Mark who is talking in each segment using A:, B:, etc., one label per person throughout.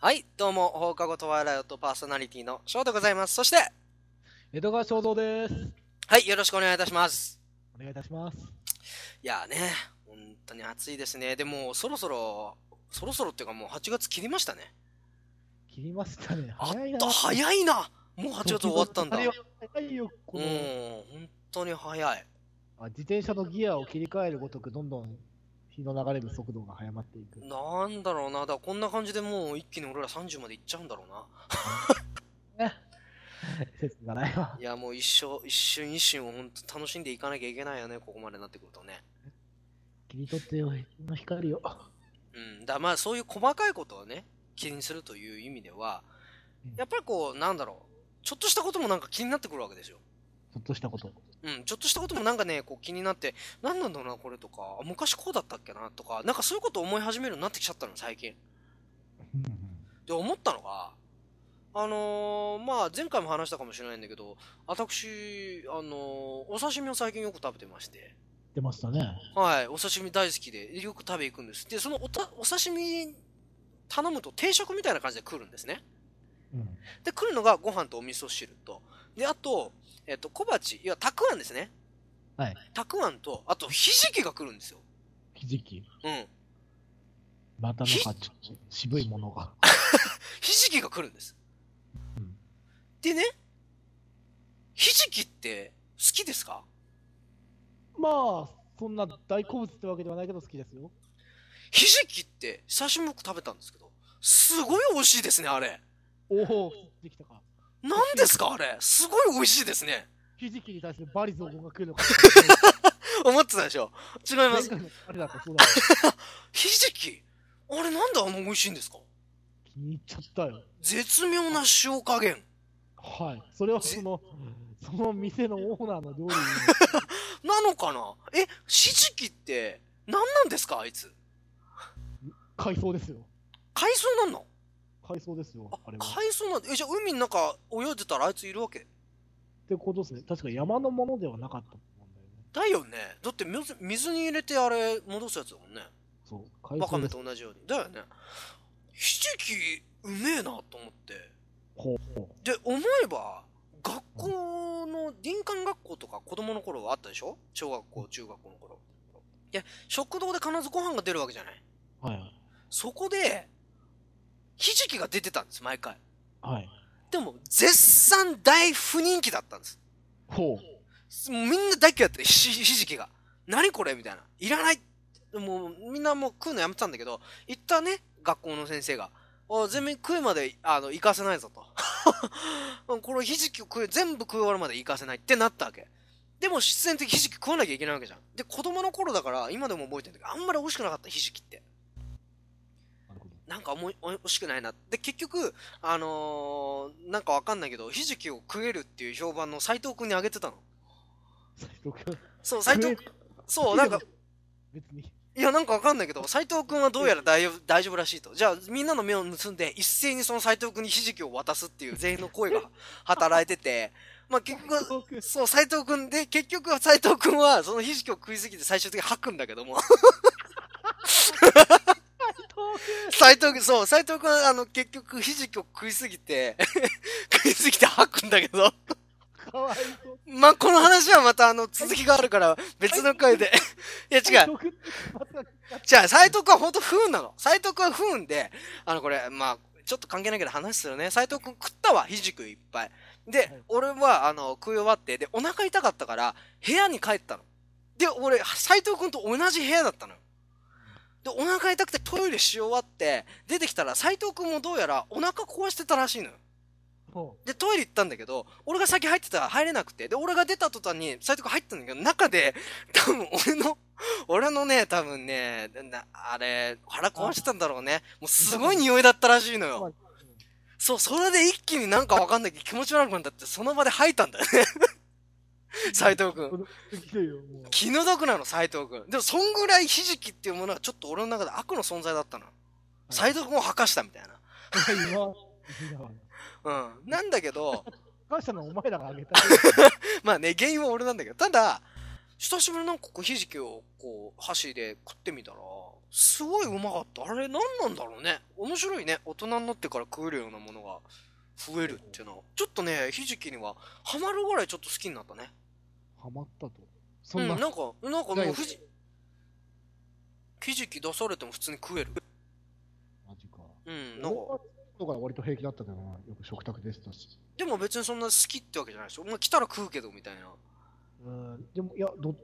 A: はい、どうも、放課後トワイライトパーソナリティの翔でございます。そして、
B: 江戸川正蔵です。
A: はい、よろしくお願いいたします。
B: お願いいたします。
A: いやーね、本当に暑いですね。でも、そろそろ、そろそろっていうかもう8月切りましたね。
B: 切りましたね。
A: あっ
B: 早いな。
A: た、早いなもう8月終わったんだ。う
B: 時
A: ん
B: 々、 早いよ、この、
A: 本当に早い。
B: あ自転車のギアを切り替えるごとく、どんどん日の流れる速度が速まっていく。
A: なんだろうな、だからこんな感じでもう一気に俺ら30までいっちゃうんだろうな。
B: 説がないわ
A: い。や、もう一生、一瞬一瞬を本当楽しんでいかなきゃいけないよね、ここまでなってくるとね。
B: 切り取ってよ、の光を。
A: うん、だからまあそういう細かいことをね気にするという意味では
B: うん
A: やっぱりこうなんだろうちょっとしたこともなんか気になってくるわけですよ。
B: ちょっとしたこと。
A: うん、ちょっとしたこともなんかねこう気になって何なんだろうなこれとかあ昔こうだったっけなとかなんかそういうことを思い始めるようになってきちゃったの最近。
B: うんうん
A: で思ったのがあのーまあ前回も話したかもしれないんだけど私あのーお刺身を最近よく食べてまして。
B: 出ましたね。
A: はい、お刺身大好きで、よく食べ行くんです。で、そのおたお刺身頼むと定食みたいな感じで来るんですね。
B: うん。
A: で、来るのがご飯とお味噌汁と、で、あと、えっと、小鉢、いや、たくあんですね。
B: はい。
A: たくあんと、あと、ひじきが来るんですよ。
B: ひじき。
A: うん。
B: またなんかちょっと渋いものが。
A: ひじきが来るんです。
B: うん
A: でね、ひじきって好きですか
B: まあ、そんな大好物ってわけではないけど好きですよ。
A: ひじきって久しぶりに食べたんですけど、すごい美味しいですね、あれ。
B: おお、できたか。
A: 何ですか、あれ。すごい美味しいですね。
B: ひじきに対するバリ雑言が来るの か。
A: 思ってたでしょ違いま
B: 前
A: す。
B: 回のあれだったそうだね。
A: ひじきあれなんであんな美味しいんですか
B: 気に入っちゃったよ。
A: 絶妙な塩加減。
B: はい。それはその、その店のオーナーの料理に、
A: なのかなえ、ひじきって何なんですかあいつ。
B: 海藻ですよ。
A: 海藻なんの
B: 海藻ですよ
A: あ、、
B: あれは。っ
A: 海藻なんだ。え、じゃあ海の中泳いでたらあいついるわけ
B: てことですね。確か山のものではなかったと思うんだよね。
A: だよね。だって水水に入れてあれ戻すやつだもんね。
B: そう。海
A: わか
B: 藻
A: め
B: です。
A: と同じように。だよね。ひじきうめえなと思って。
B: ほうほ
A: で、思えば、学校の、林間学校とか子供の頃はあったでしょ小学校、中学校の頃。いや、食堂で必ずご飯が出るわけじゃない。
B: う。はい。
A: そこで、ひじきが出てたんです、毎回。
B: はい。
A: でも、絶賛大不人気だったんです。も
B: ほ
A: うみんな大嫌いだったひひじきが。何これみたいな。いらないもうみんなもう食うのやめてたんだけど、一旦ね、学校の先生が、お全部食うまであの行かせないぞと。 これひじきを食え、全部食い終わるまで行かせないってなったわけ。でも必然的にひじき食わなきゃいけないわけじゃん。で、子供の頃だから、今でも覚えてるんだけど、あんまり美味しくなかった、ひじきって。
B: う。なるほど。
A: なんか思いおい惜しくないな。で、結局、あのーなんかわかんないけど、ひじきを食えるっていう評判の斎藤君にあげてたの。
B: 斉藤君、
A: そう、斎藤
B: 食
A: 君。そう、なんか、
B: 別に。
A: いや、なんかわかんないけど、斎藤君はどうやら大丈夫大丈夫らしいと。じゃあ、みんなの目を盗んで、一斉にその斎藤君にひじきを渡すっていう全員の声が働いてて、まあ結局、
B: 斉藤君
A: そう、斎藤君で、結局は斎藤君は、そのひじきを食いすぎて最終的に吐くんだけども、斎藤君、そう、斎藤君は、あの、結局、ひじきを食いすぎて、 食いすぎて吐くんだけど、
B: かわいそう。
A: まあこの話はまた、あの、続きがあるから、別の回で。いや、違う。
B: 斉藤君また
A: じゃあ、斎藤君は本当不運なの。斎藤君は不運で、あの、これ、まあ、ちょっと関係ないけど話するね。斎藤君食ったわ、ひじくいっぱい。で、
B: い
A: 俺は、あの、食い終わって、で、お腹痛かったから、部屋に帰ったの。で、俺、斎藤君と同じ部屋だったのよ。で、お腹痛くてトイレし終わって、出てきたら、斎藤君もどうやらお腹壊してたらしいのよ。
B: ほ
A: で、トイレ行ったんだけど、俺が先入ってたら入れなくて、で、俺が出た途端に、斎藤君入ったんだけど、中で、多分俺の、俺のね、多分ね、なあれ、腹壊してたんだろうね。もうすごい匂いだったらしいのよ。そう、それで一気になんかわかんないけど気持ち悪くなったって、その場で吐いたんだよね。斎藤君。
B: う。ひどいよ、もう。
A: 気の毒なの、斎藤君。でも、そんぐらいひじきっていうものはちょっと俺の中で悪の存在だったの。斎 藤君を吐かしたみたいな。
B: 今、今、
A: うん。なんだけど、
B: 感謝のお前らがあげ た。
A: まあね、原因は俺なんだけど、ただ、久しぶりになんかこう、ひじきをこう、箸で食ってみたら、すごいうまかった。あれ何なんだろうね。面白いね。大人になってから食えるようなものが増えるっていうのは。ちょっとね、ひじきにはハマるぐらいちょっと好きになったね。
B: ハマったと。そ
A: うんん、な
B: な、
A: んか、なんかもう
B: ない
A: ひじ、ひじき出されても普通に食える。
B: マジか。
A: うん、なん
B: 俺
A: か。
B: はとか割と平気だったけどな、よく食卓でしたし。
A: でも別にそんな好きってわけじゃないでしょ。まあ、来たら食うけどみたいな。
B: うん、でも、いや、ど好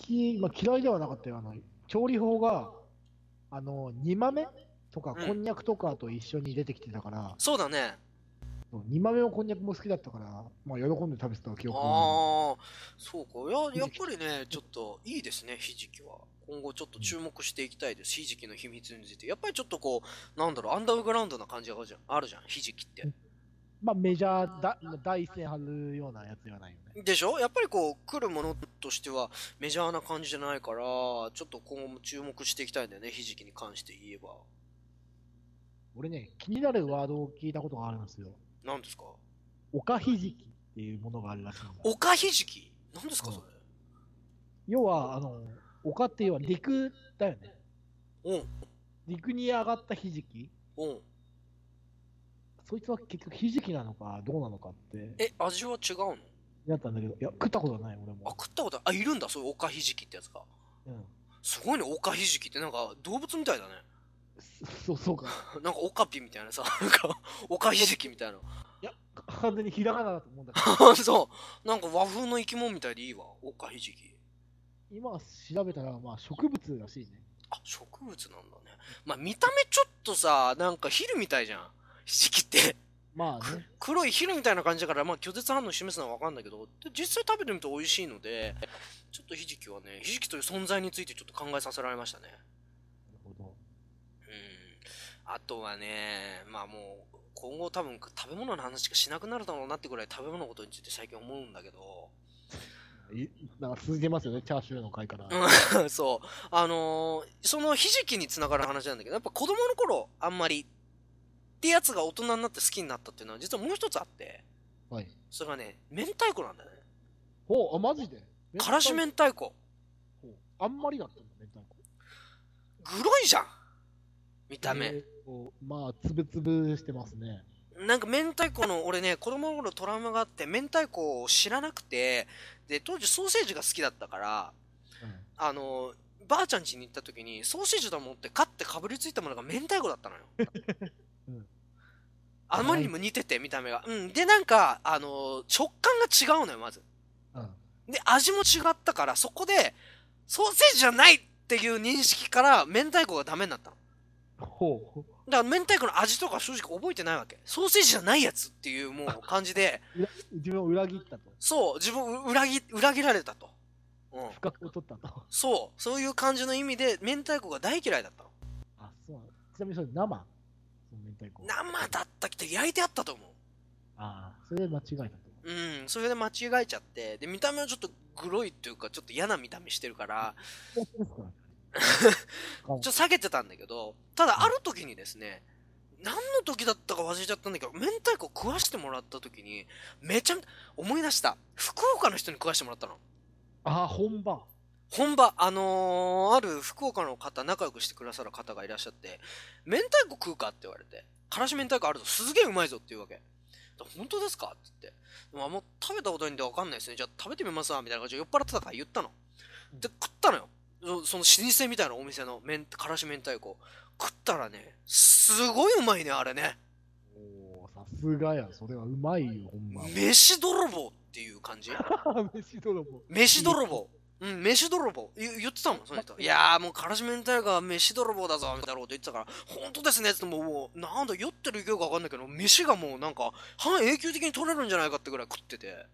B: き、まあ、嫌いではなかったよ。あの調理法が、あの、煮豆とか、
A: うん
B: こんにゃくとかと一緒に出てきてたから、
A: そうだね。
B: そう煮豆もこんにゃくも好きだったから、まあ、喜んで食べてた記憶があ
A: ああ、そうか。い
B: ひじき
A: や、やっぱりね、ちょっといいですね、ひじきは。今後ちょっと注目していきたいです。ひじきの秘密について。やっぱりちょっとこう、なんだろう、アンダーグラウンドな感じがあるじゃん、あるじゃんひじきって
B: う。るまあ、メジャーだ、第一線張るようなやつではないよね。
A: でしょやっぱりこう、来るものとしてはメジャーな感じじゃないから、ちょっと今後も注目していきたいんだよね、ひじきに関して言えば。
B: 俺ね、気になるワードを聞いたことがあるんですよ。
A: 何ですか
B: おかひじきっていうものがあるらしいんだ。
A: おかひじき何ですか、そ
B: 要は、あの、おかっていうのは陸だよね。
A: れ。うん、
B: 陸に上がったひじき。
A: うん。
B: そいつは結局ひじきなのかどうなのかって
A: え、味は違うの
B: なったんだけど、いや、食ったことない俺
A: あ、
B: も。
A: 食ったことあ、いるんだ、そういうおかひじきってやつが。
B: うん、
A: すごいね、オカヒジキってなんか動物みたいだね。
B: そ そうか。
A: なんかオカピみたいなさ、なんかオカヒジキみたいな。
B: いや、完全にひらがなだと思うんだけど、
A: そう。なんか和風の生き物みたいでいいわ、オカヒジキ。
B: 今調べたら、まあ植物らしいね。
A: あ、植物なんだね。まあ見た目ちょっとさ、なんかヒルみたいじゃん。ヒジキって。
B: まあね、
A: 黒いヒルみたいな感じだから、まあ拒絶反応示すのはわかんないけど、で実際食べてみて美味しいので、ちょっとヒジキはね、ヒジキという存在についてちょっと考えさせられましたね。
B: なるほど。
A: うんあとはね、まあもう、今後多分食べ物の話しかしなくなるだろうなってぐらい食べ物のことについて最近思うんだけど、
B: いなんか続いてますよね、チャーシューの回から。
A: うん そう、あのーそのひじきにつながる話なんだけど、やっぱ子供の頃あんまりってやつが大人になって好きになったっていうのは実はもう一つあって、
B: はい。
A: それがね、明太子なんだよね。
B: おあ、マジで
A: からし明
B: ん
A: 太子。
B: あんまりだったんだ、明太子。
A: グロいじゃん見た目。
B: えーこうまあ、つぶつぶしてますね。
A: なんか明太子の俺ね子供の頃トラウマがあって明太子を知らなくてで当時ソーセージが好きだったからあのばあちゃん家に行った時にソーセージだもんって買ってかぶりついたものが明太子だったのよ、
B: うん
A: あまりにも似てて見た目がうんでなんかあの食感が違うのよまず
B: うん。うん。
A: で味も違ったからそこでソーセージじゃないっていう認識から明太子がダメになったの
B: ほ
A: だから明太子の味とか正直覚えてないわけソーセージじゃないやつっていうもう感じ で
B: う。裏自分を裏切ったと。
A: そう、自分を裏切裏切られたと、うん。
B: 不覚を取ったと。
A: そう、そういう感じの意味で、明太子が大嫌いだったの。
B: あ、そうなのちなみにそれ生その明太子。
A: 生だったっけ焼いてあったと思
B: ああ、それで間違いだと。
A: う。うん、それで間違えちゃって、で、見た目はちょっとグロいっていうか、ちょっと嫌な見た目してるから、
B: 本当ですか
A: ちょっと下げてたんだけど、ただある時にですね、何の時だったか忘れちゃったんだけど、明太子食わしてもらった時に、めちゃめちゃ、思い出した。福岡の人に食わしてもらったの。
B: ああ、本場。
A: 本場、あのーある福岡の方、仲良くしてくださる方がいらっしゃって、明太子食うかって言われて、からし明太子あるぞ、すげえうまいぞって言うわけ。本当ですかって言って、まあ、もう食べたことないんでわかんないですね、じゃあ食べてみますわ、みたいな感じで酔っ払ってたから言ったの。で、食ったのよ。そその老舗みたいなお店の麺からし明太子。食ったらね、すごいうまいね、あれね。
B: おお、さすがや。それはうまいよ、本場。
A: 飯泥棒っていう感じ。
B: 飯泥棒。
A: 飯泥棒。うん、飯泥棒。言言ってたもん、その人。いやー、もう、からし明太子は飯泥棒だぞ、みたいなこと言ってたから、本当ですねっつってもう、もう、なんだ、酔ってる勢いかわかんないけど、飯がもう、なんか、半永久的に取れるんじゃないかってぐらい食って て。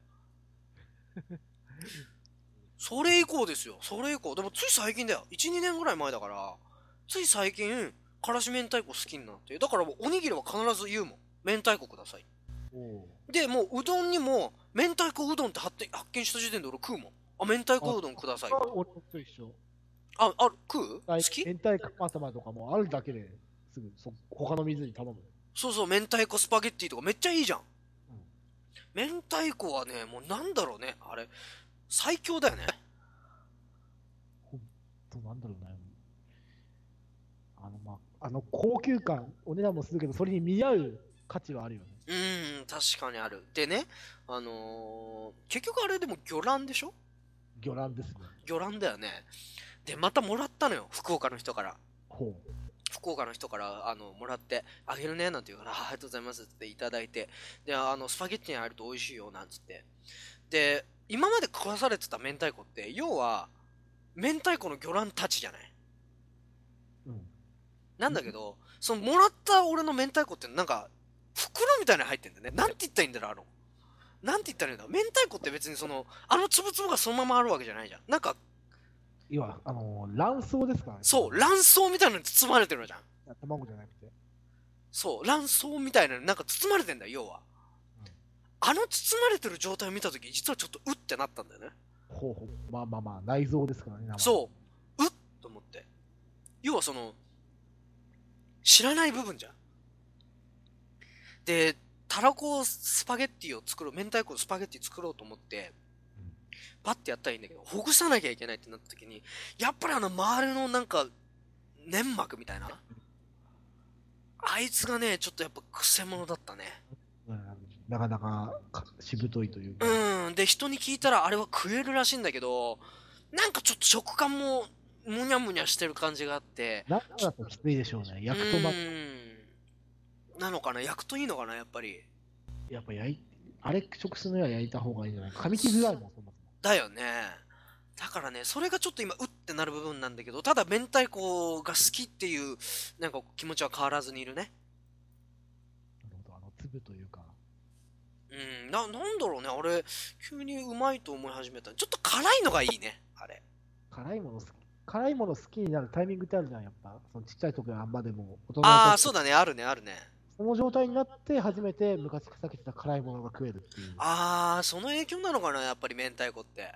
A: それ以降ですよ、それ以降。でも、つい最近だよ。1、2年ぐらい前だから、つい最近、からし明太子好きになって。だから、おにぎりは必ず言うもん。明太子ください。
B: おお
A: でもううどんにも明太子うどんって発見発見した時点で俺食うもんあ明太子うどんください
B: ー。俺と一緒。
A: あある食う好き
B: 明太子パスタとかもあるだけですぐ、そ他の水に頼む。
A: そうそう明太子スパゲッティとかめっちゃいいじゃん
B: うん
A: 明太子はねもうなんだろうねあれ最強だよね
B: となんだろうな。あの高級感お値段もするけどそれに見合う価値はあるよね
A: うーん、確かにある。でね、あのー結局あれでも魚卵でしょ
B: 魚卵ですね
A: 魚卵だよね。で、またもらったのよ、福岡の人から。
B: ほ、
A: 福岡の人からあのもらってあげるねなんて言うからあありがとうございますっていただいてであのスパゲッティにあると美味しいよなんつってで今まで食わされてた明太子って要は明太子の魚卵たちじゃないう
B: うん、
A: なんだけど、そのもらった俺の明太子ってなんか袋みたいなの入ってんだよねなんて言ったらいいんだろうあのなんて言ったらいいんだろう明太子って別にそのあの粒々がそのままあるわけじゃないじゃんなんか
B: 要はあのー卵巣ですからね
A: そう卵巣みたいなのに包まれてるのじゃん
B: 卵じゃなくて
A: そう、卵巣みたいなのになんか包まれてんだよ、要は
B: うん。
A: あの包まれてる状態を見たとき、実はちょっとうってなったんだよね。
B: ほうほうまあまあまあ内臓ですからね生
A: そう、うっと思って。要はその、知らない部分じゃん。で、たらこスパゲッティを作ろう、明太子のスパゲッティ作ろうと思って
B: うん、
A: パッてやったらいいんだけど、ほぐさなきゃいけないってなったときに、やっぱりあの周りのなんか、粘膜みたいな。あいつがね、ちょっとやっぱくせ者だったね。
B: うんなかなかかしぶといというか、
A: うん、で、人に聞いたらあれは食えるらしいんだけど、なんかちょっと食感もむにゃむにゃしてる感じがあって、
B: 生だときついでしょうね焼くとま
A: うんなのかな焼くといいのかなやっぱり。
B: やっぱ焼いあれ食すのには焼いた方がいいんじゃないか噛み切りづらいもんそも
A: だよね。だからね、それがちょっと今、うってなる部分なんだけど、ただ明太子が好きっていう、なんか気持ちは変わらずにいるね。
B: そもなるほどあの粒というか
A: うん、な、なんだろうね、あれ、急にうまいと思い始めた。ちょっと辛いのがいいね、あれ。
B: 辛いもの好き辛いもの好きになるタイミングってあるじゃんやっぱそのちっちゃい時はあんまでも大人になった
A: あ
B: ら
A: あ、そうだね、あるね、あるね。
B: その状態になって初めて昔避けてた辛いものが食えるっていう
A: ああ、その影響なのかな、やっぱり明太子って。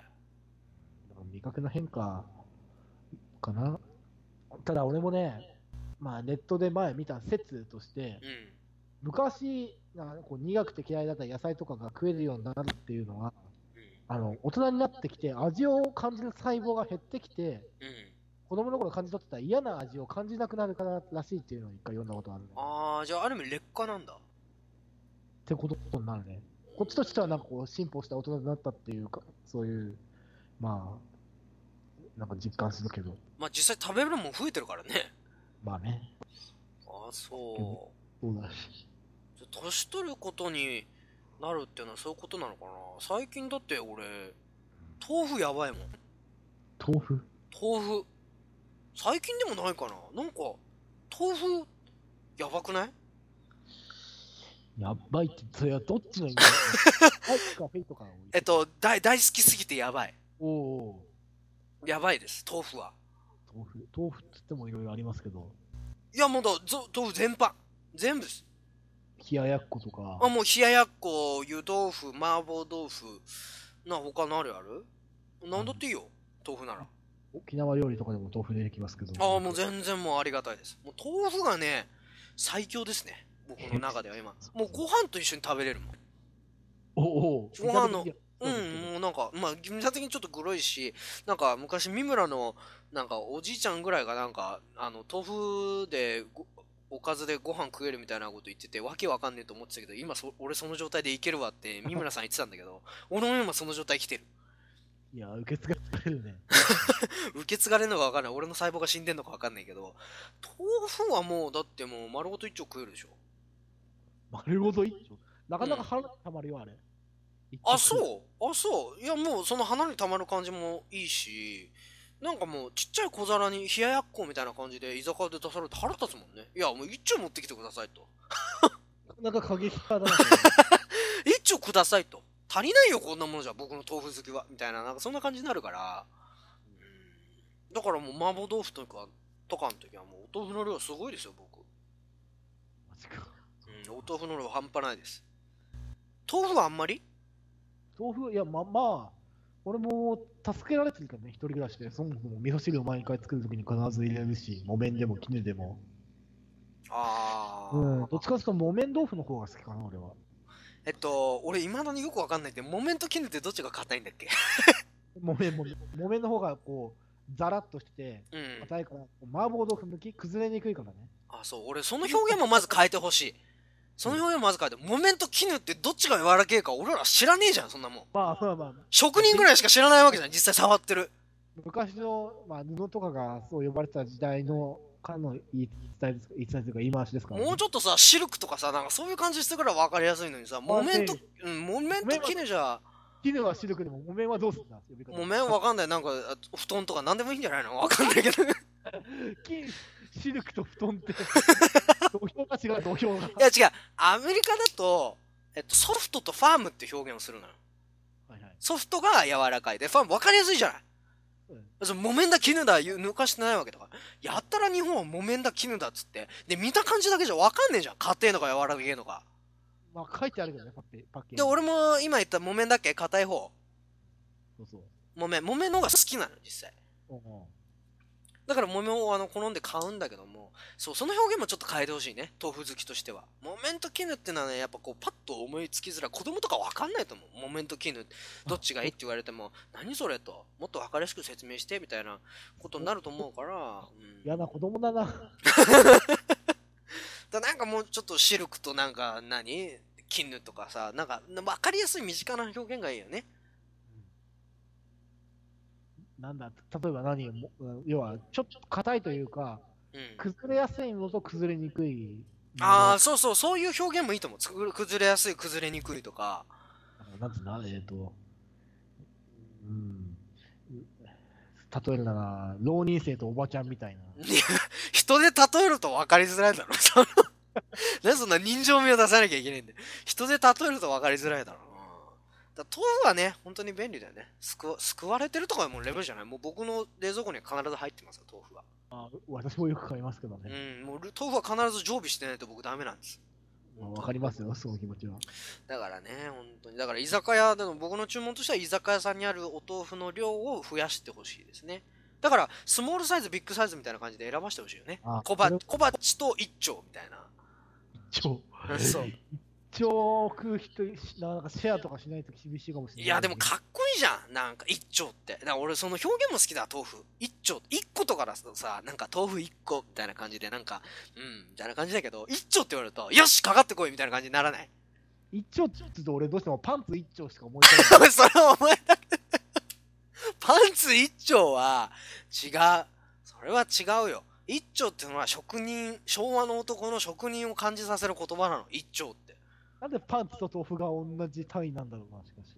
B: 味覚の変化かなただ俺もね、まあ、ネットで前見た説として
A: うん。
B: 昔あのこう苦くて嫌いだった野菜とかが食えるようになるっていうのは
A: う
B: あの大人になってきて味を感じる細胞が減ってきて
A: んうん、
B: 子供の頃感じ取ってた嫌な味を感じなくなるかららしいっていうのを一回読んだことあるねっ
A: ああじゃあある意味劣化なんだ
B: てことになるねこっちとしてはなんかこう進歩した大人になったっていうかそういうまあなんか実感するけど
A: まあ実際食べるのも増えてるからね
B: まあね
A: ああそ
B: そうだし
A: うじゃあ年取ることになるっていうのはそういうことなのかな最近だって俺豆腐やばいもん
B: 豆腐
A: 豆腐最近でもないかななんか豆腐やばくない
B: やばいって、それはどっちの意 味ライクかフェイトかを
A: えっと大大好きすぎてやばい
B: おお
A: やばいです豆腐は
B: う、豆腐、豆腐って言ってもいろいろありますけど、
A: いやもうだぞ豆腐全般全部です
B: 冷ややっことか、
A: あもう冷ややっこ湯豆腐麻婆豆腐な他何あるある何だっていいよ、豆腐なら
B: 沖縄料理とかでも豆腐出てきますけど、
A: ああもう全然もうありがたいですもう豆腐がね最強ですね僕の中では今もうご飯と一緒に食べれるもん
B: おおう、
A: ご飯の
B: 見た
A: う
B: 目的には、
A: んもうなんかまあ銀座的にちょっとグロいしなんか昔三村のなんかおじいちゃんぐらいがなんかあの豆腐でごおかずでご飯食えるみたいなこと言っててわけわかんねえと思ってたけど今そ俺その状態でいけるわって三村さん言ってたんだけど 俺も今その状態来てる
B: いや、受け継がれるね。
A: 受け継がれるのかわかんない俺の細胞が死んでんのかわかんないけど豆腐はもうだってもう丸ごと一丁食えるでしょ
B: 丸ごと一丁。なかなか腹にたまるよ、あれ。
A: あそうあそういやもうその花にたまる感じもいいしなんかもうちっちゃい小皿に冷ややっこみたいな感じで居酒屋で出されて腹立つもんねいやもう一丁持ってきてくださいと
B: う。なかなか過激派だな。
A: 一丁くださいと足りないよこんなものじゃ僕の豆腐好きはみたいななんかそんな感じになるからうんだからもう麻婆豆腐とかとかの時はもうお豆腐の量すごいですよ僕
B: マジか。
A: うん、お豆腐の量半端ないです。豆腐はあんまり
B: 豆腐、いや、ま、まあ、俺も助けられてるからね、一人暮らしで、そもそも味噌汁を毎回作るときに必ず入れるし、木綿でも絹でも。
A: ああ、
B: うん、どっちかというと木綿豆腐の方が好きかな、俺は。
A: えっと、俺、いまだによくわかんないって、木綿と絹ってどっちが硬いんだっけ
B: 木綿も、木綿の方がこう、ザラッとしてて、
A: うん。
B: 硬いから、麻婆豆腐向き、崩れにくいからね。
A: あ、そう。俺、その表現もまず変えてほしい。その表現もまず変えて、木綿と絹ってどっちが柔らけえか俺ら知らねえじゃん、そんなもん。
B: まあ、まあまあ、
A: 職人ぐらいしか知らないわけじゃん、実際触ってる。
B: 昔の、まあ、布とかがそう呼ばれてた時代の、かの言い伝えです言い伝えというか言い回しですから、ね。
A: もうちょっとさ、シルクとかさ、なんかそういう感じしてくらい分かりやすいのにさ、木綿と
B: ま、
A: うん、木綿と絹じゃ、
B: 絹はシルクでも、木綿はどうするんだ呼び方
A: 木綿わかんない、なんか、あ布団とかなんでもいいんじゃないのわかんないけど。い
B: 金、シルクと布団 って、土俵が違う、土俵が。
A: や、違う。アメリカだと、えっと、ソフトとファームって表現をするのよ。
B: はいはい。
A: ソフトが柔らかいで、ファン分かりやすいじゃない。
B: うん
A: その木綿だ絹だ言う抜かしてないわけだからやったら日本は木綿だ絹だっつってで見た感じだけじゃ分かんねえじゃん硬いのか柔らけえのか
B: まあ、書いてあるけどね、パッケパッケージ。
A: で俺も今言った木綿だっけ硬い方
B: そうそう。
A: 木綿木綿の方が好きなの実際
B: うんうん
A: だから木綿をあの好んで買うんだけどもそうその表現もちょっと変えてほしいね豆腐好きとしては木綿と絹ってのはねやっぱこうパッと思いつきづらい子供とか分かんないと思う木綿と絹どっちがいいって言われても何それともっと分かりやすく説明してみたいなことになると思うから、うん、
B: 嫌な子供だな。
A: だなんかもうちょっとシルクとなんか何絹とかさなんか分かりやすい身近な表現がいいよね
B: なんだ、例えば何も要は、ちょっと硬いというか、
A: うん
B: 崩れやすいものと崩れにくいもの。
A: ああそうそうそういう表現もいいと思うつく崩れやすい崩れにくいとか
B: なんつうの、えっ、と、うん。例えるなら、浪人生とおばちゃんみたいな。
A: いや人で例えると分かりづらいだろ そのなんでそんな人情味を出さなきゃいけないんだよ人で例えると分かりづらいだろうなだ豆腐はね本当に便利だよね救わ救われてるとかもうレベルじゃないもう僕の冷蔵庫には必ず入ってますよ豆腐は
B: あ私もよく買いますけどね。
A: うんもう豆腐は必ず常備してないと僕ダメなんです
B: まあわ、かりますよ、その気持ちは。
A: だからね、本当に。だから居酒屋での僕の注文としては居酒屋さんにあるお豆腐の量を増やしてほしいですね。だから、スモールサイズ、ビッグサイズみたいな感じで選ばしてほしいよね。
B: あ
A: 小鉢
B: それ
A: 小鉢と一丁みたい
B: 超、
A: な。そう。
B: 超食う人、なんかシェアとかしないと厳しいかもしれない。
A: いや、でもかっこいいじゃん。なんか一丁って。だから俺、その表現も好きだ、豆腐。一丁。一個とかだとさ、なんか豆腐一個みたいな感じで、なんか、うん、みたいな感じだけど、一丁って言われると、よし、かかってこいみたいな感じにならない。
B: 一丁ちょっと俺どうしてもパンツ一丁しか思い浮か
A: 多
B: ばな
A: 分
B: い。
A: それはお前だけパンツ一丁は違うそれは違うよ一丁ってのは職人昭和の男の職人を感じさせる言葉なの一丁って
B: なんでパンツと豆腐が同じ単位なんだろうな、しかし。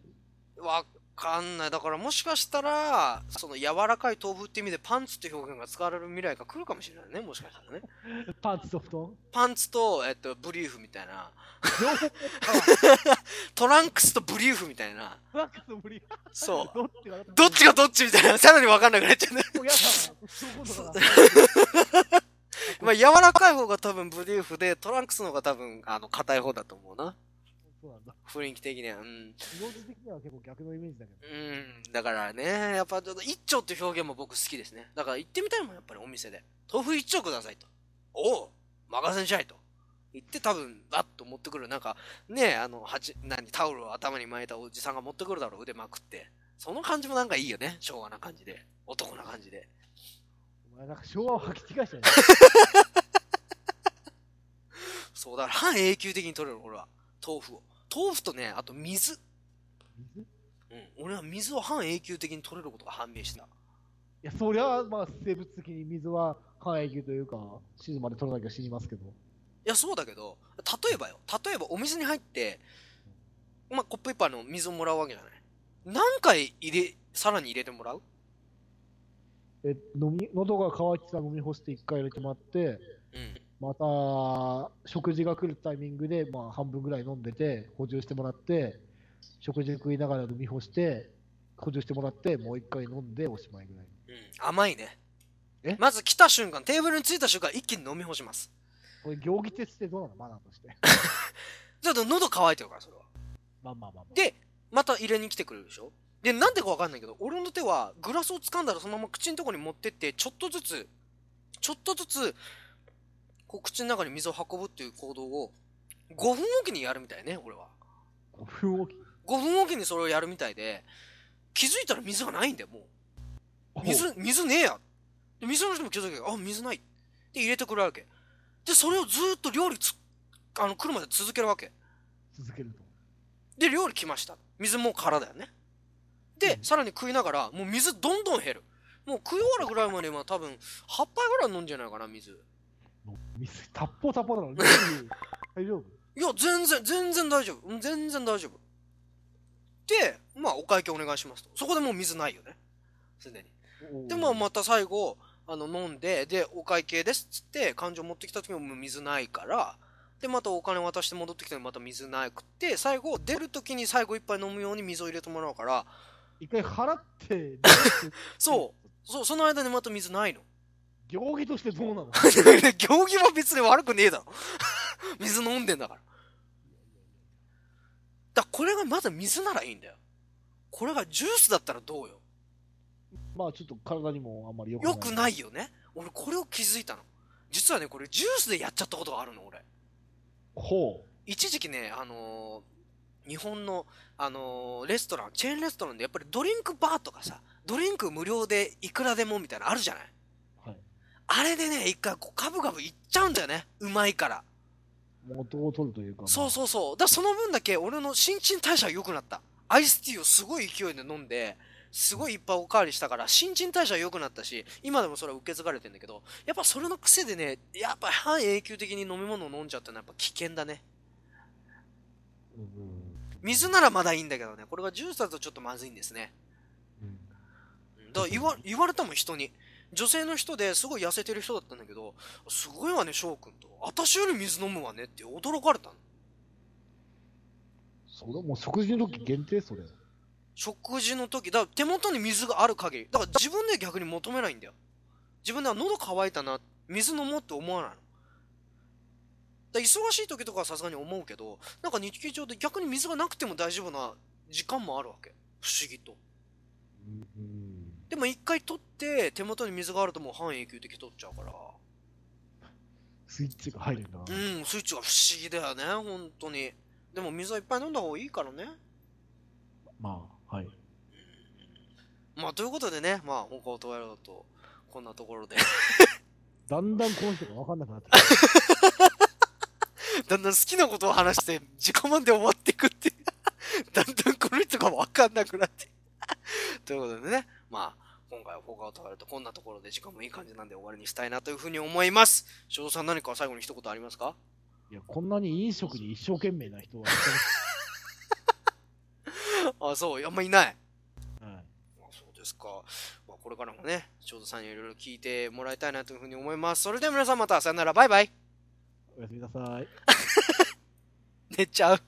A: わかんないだからもしかしたらその柔らかい豆腐って意味でパンツって表現が使われる未来が来るかもしれないねもしかしたらね
B: パンツと布団
A: パンツと、えっと、ブリーフみたいな
B: 両方
A: トランクスとブリーフみたいな
B: トラックス無理。
A: そう
B: どっちが
A: どっちがどっちみたいなさらにわかんなくなっちゃうね
B: もうやだ。そういうことだな。
A: まあ柔らかい方が多分ブリーフでトランクスの方が多分あの硬い方だと思うな
B: そうなんだ。
A: 雰囲気的にはうん、
B: 文字的には結構逆のイメージだけど。
A: うん、だからねやっぱちょっと一丁って表現も僕好きですねだから行ってみたいもんやっぱりお店で豆腐一丁くださいとおお任せんじゃいと言って多分バッと持ってくるなんかねえあのはち何タオルを頭に巻いたおじさんが持ってくるだろう腕まくってその感じもなんかいいよね昭和な感じで男な感じで
B: お前なんか昭和を吐き違したね。
A: そうだから半永久的に取れる俺は豆腐を豆腐とねあと水
B: 水い
A: うん、俺は水を半永久的に取れることが判明した。
B: や、そりゃ、まあ、生物的に水は半永久というか、死ぬまで取らなきゃ死にますけど。
A: いや、そうだけど、例えばよ、例えばお水に入って、まあ、コップ一杯の水をもらうわけじゃない。何回入れ、さらに入れてもらう
B: え、飲み、喉が渇いてたら飲み干して一回入れてもらって、
A: うん。
B: また、食事が来るタイミングで、まあ、半分ぐらい飲んでて、補充してもらって、食事食いながら飲み干して、補充してもらって、もう一回飲んでおしまいぐらい。
A: うん、甘いね
B: え。
A: まず来た瞬間、テーブルに着いた瞬間、一気に飲み干します。
B: これ、行儀鉄ってどうなのマナーと して。
A: ちょっと喉乾いてるから、それは。
B: まあまあまあまあ。
A: で、また入れに来てくれるでしょで、なんでかわかんないけど、俺の手はグラスを掴んだらそのまま口のとこに持ってって、ちょっとずつ、ちょっとずつ、こう口の中に水を運ぶっていう行動を、5分おきにやるみたいね、俺は。
B: 5分おき。
A: 5分おきにそれをやるみたいで、気づいたら水がないんだよ、もう。水、水ねえや。で水の人も気づけど、あ、水ない。で、入れてくるわけ。で、それをずーっと料理つ、あの、来るまで続けるわけ。
B: 続けると。
A: で、料理来ました。水もう空だよね。で
B: う、ん
A: さらに食いながら、もう水どんどん減る。もう食い終わるぐらいまで、まあ多分、8杯ぐらい飲んじゃないかな、水。
B: 水、タッポタッポだろ。 水大丈夫
A: いや、全然、全然大丈夫。うん全然大丈夫。で、まあ、お会計お願いしますと。そこでもう水ないよね。すでに。
B: おー
A: で、まあ、また最後、あの、飲んで、で、お会計ですっつって、感情持ってきた時ももう水ないから、で、またお金渡して戻ってきてもまた水なくて、最後、出る時に最後一杯飲むように水を入れてもらうから、
B: 一回払って、
A: そう、そう、その間にまた水ないの。
B: 行儀としてどうなの
A: 行儀は別に悪くねえだろ。 水飲んでんだから。だからこれがまだ水ならいいんだよ。これがジュースだったらどうよ。
B: まあちょっと体にもあんまり良くない。
A: よくないよね。俺これを気づいたの。実はね、これジュースでやっちゃったことがあるの、俺。
B: ほう。
A: 一時期ね、あのー日本の、あのーレストラン、チェーンレストランでやっぱりドリンクバーとかさ、ドリンク無料でいくらでもみたいなのあるじゃない
B: はい。
A: あれでね、一回こうガブガブいっちゃうんだよね。うまいから。
B: 元を取るというか。
A: そうそうそう。だからその分だけ俺の新陳代謝が良くなった。アイスティーをすごい勢いで飲んで、すごいいっぱいおかわりしたから、新陳代謝が良くなったし、今でもそれは受け継がれてんだけど、やっぱそれの癖でね、やっぱ半永久的に飲み物を飲んじゃうってのはやっぱ危険だね。
B: う。うん
A: 水ならまだいいんだけどね、これがジュースだとちょっとまずいんですね。
B: うん
A: うんだから言わ言われたもん、人に。女性の人ですごい痩せてる人だったんだけど、すごいわね、翔くんと。私より水飲むわねって驚かれたの。
B: それもう食事の時限定それ。
A: 食事の時だから手元に水がある限りだから自分では逆に求めないんだよ自分では喉乾いたな水飲もうって思わないのだから忙しい時とかはさすがに思うけどなんか日常で逆に水がなくても大丈夫な時間もあるわけ不思議と
B: うん。
A: でも一回取って手元に水があるともう半永久的に取っちゃうから
B: スイッチが入るな。
A: うんスイッチが不思議だよね本当にでも水はいっぱい飲んだ方がいいからね
B: まあ、はい。
A: まあということでねまあ本校とやろうとこんなところで
B: だんだんこの人が分かんなくなってきた。
A: だんだん好きなことを話して自己満で終わっていくっていう だんだんこの人が分かんなくなって ということでねまあ今回はフォーカーを問われるとこんなところで時間もいい感じなんで終わりにしたいなというふうに思います翔さん何か最後に一言ありますか
B: いや、こんなに飲食に一生懸命な人は。
A: あそうあんまいない
B: はい。
A: あそうですか、まあ、これからもね翔さんにいろいろ聞いてもらいたいなというふうに思いますそれでは皆さんまたさよならバイバイ
B: おやすみなさい。
A: 寝ちゃう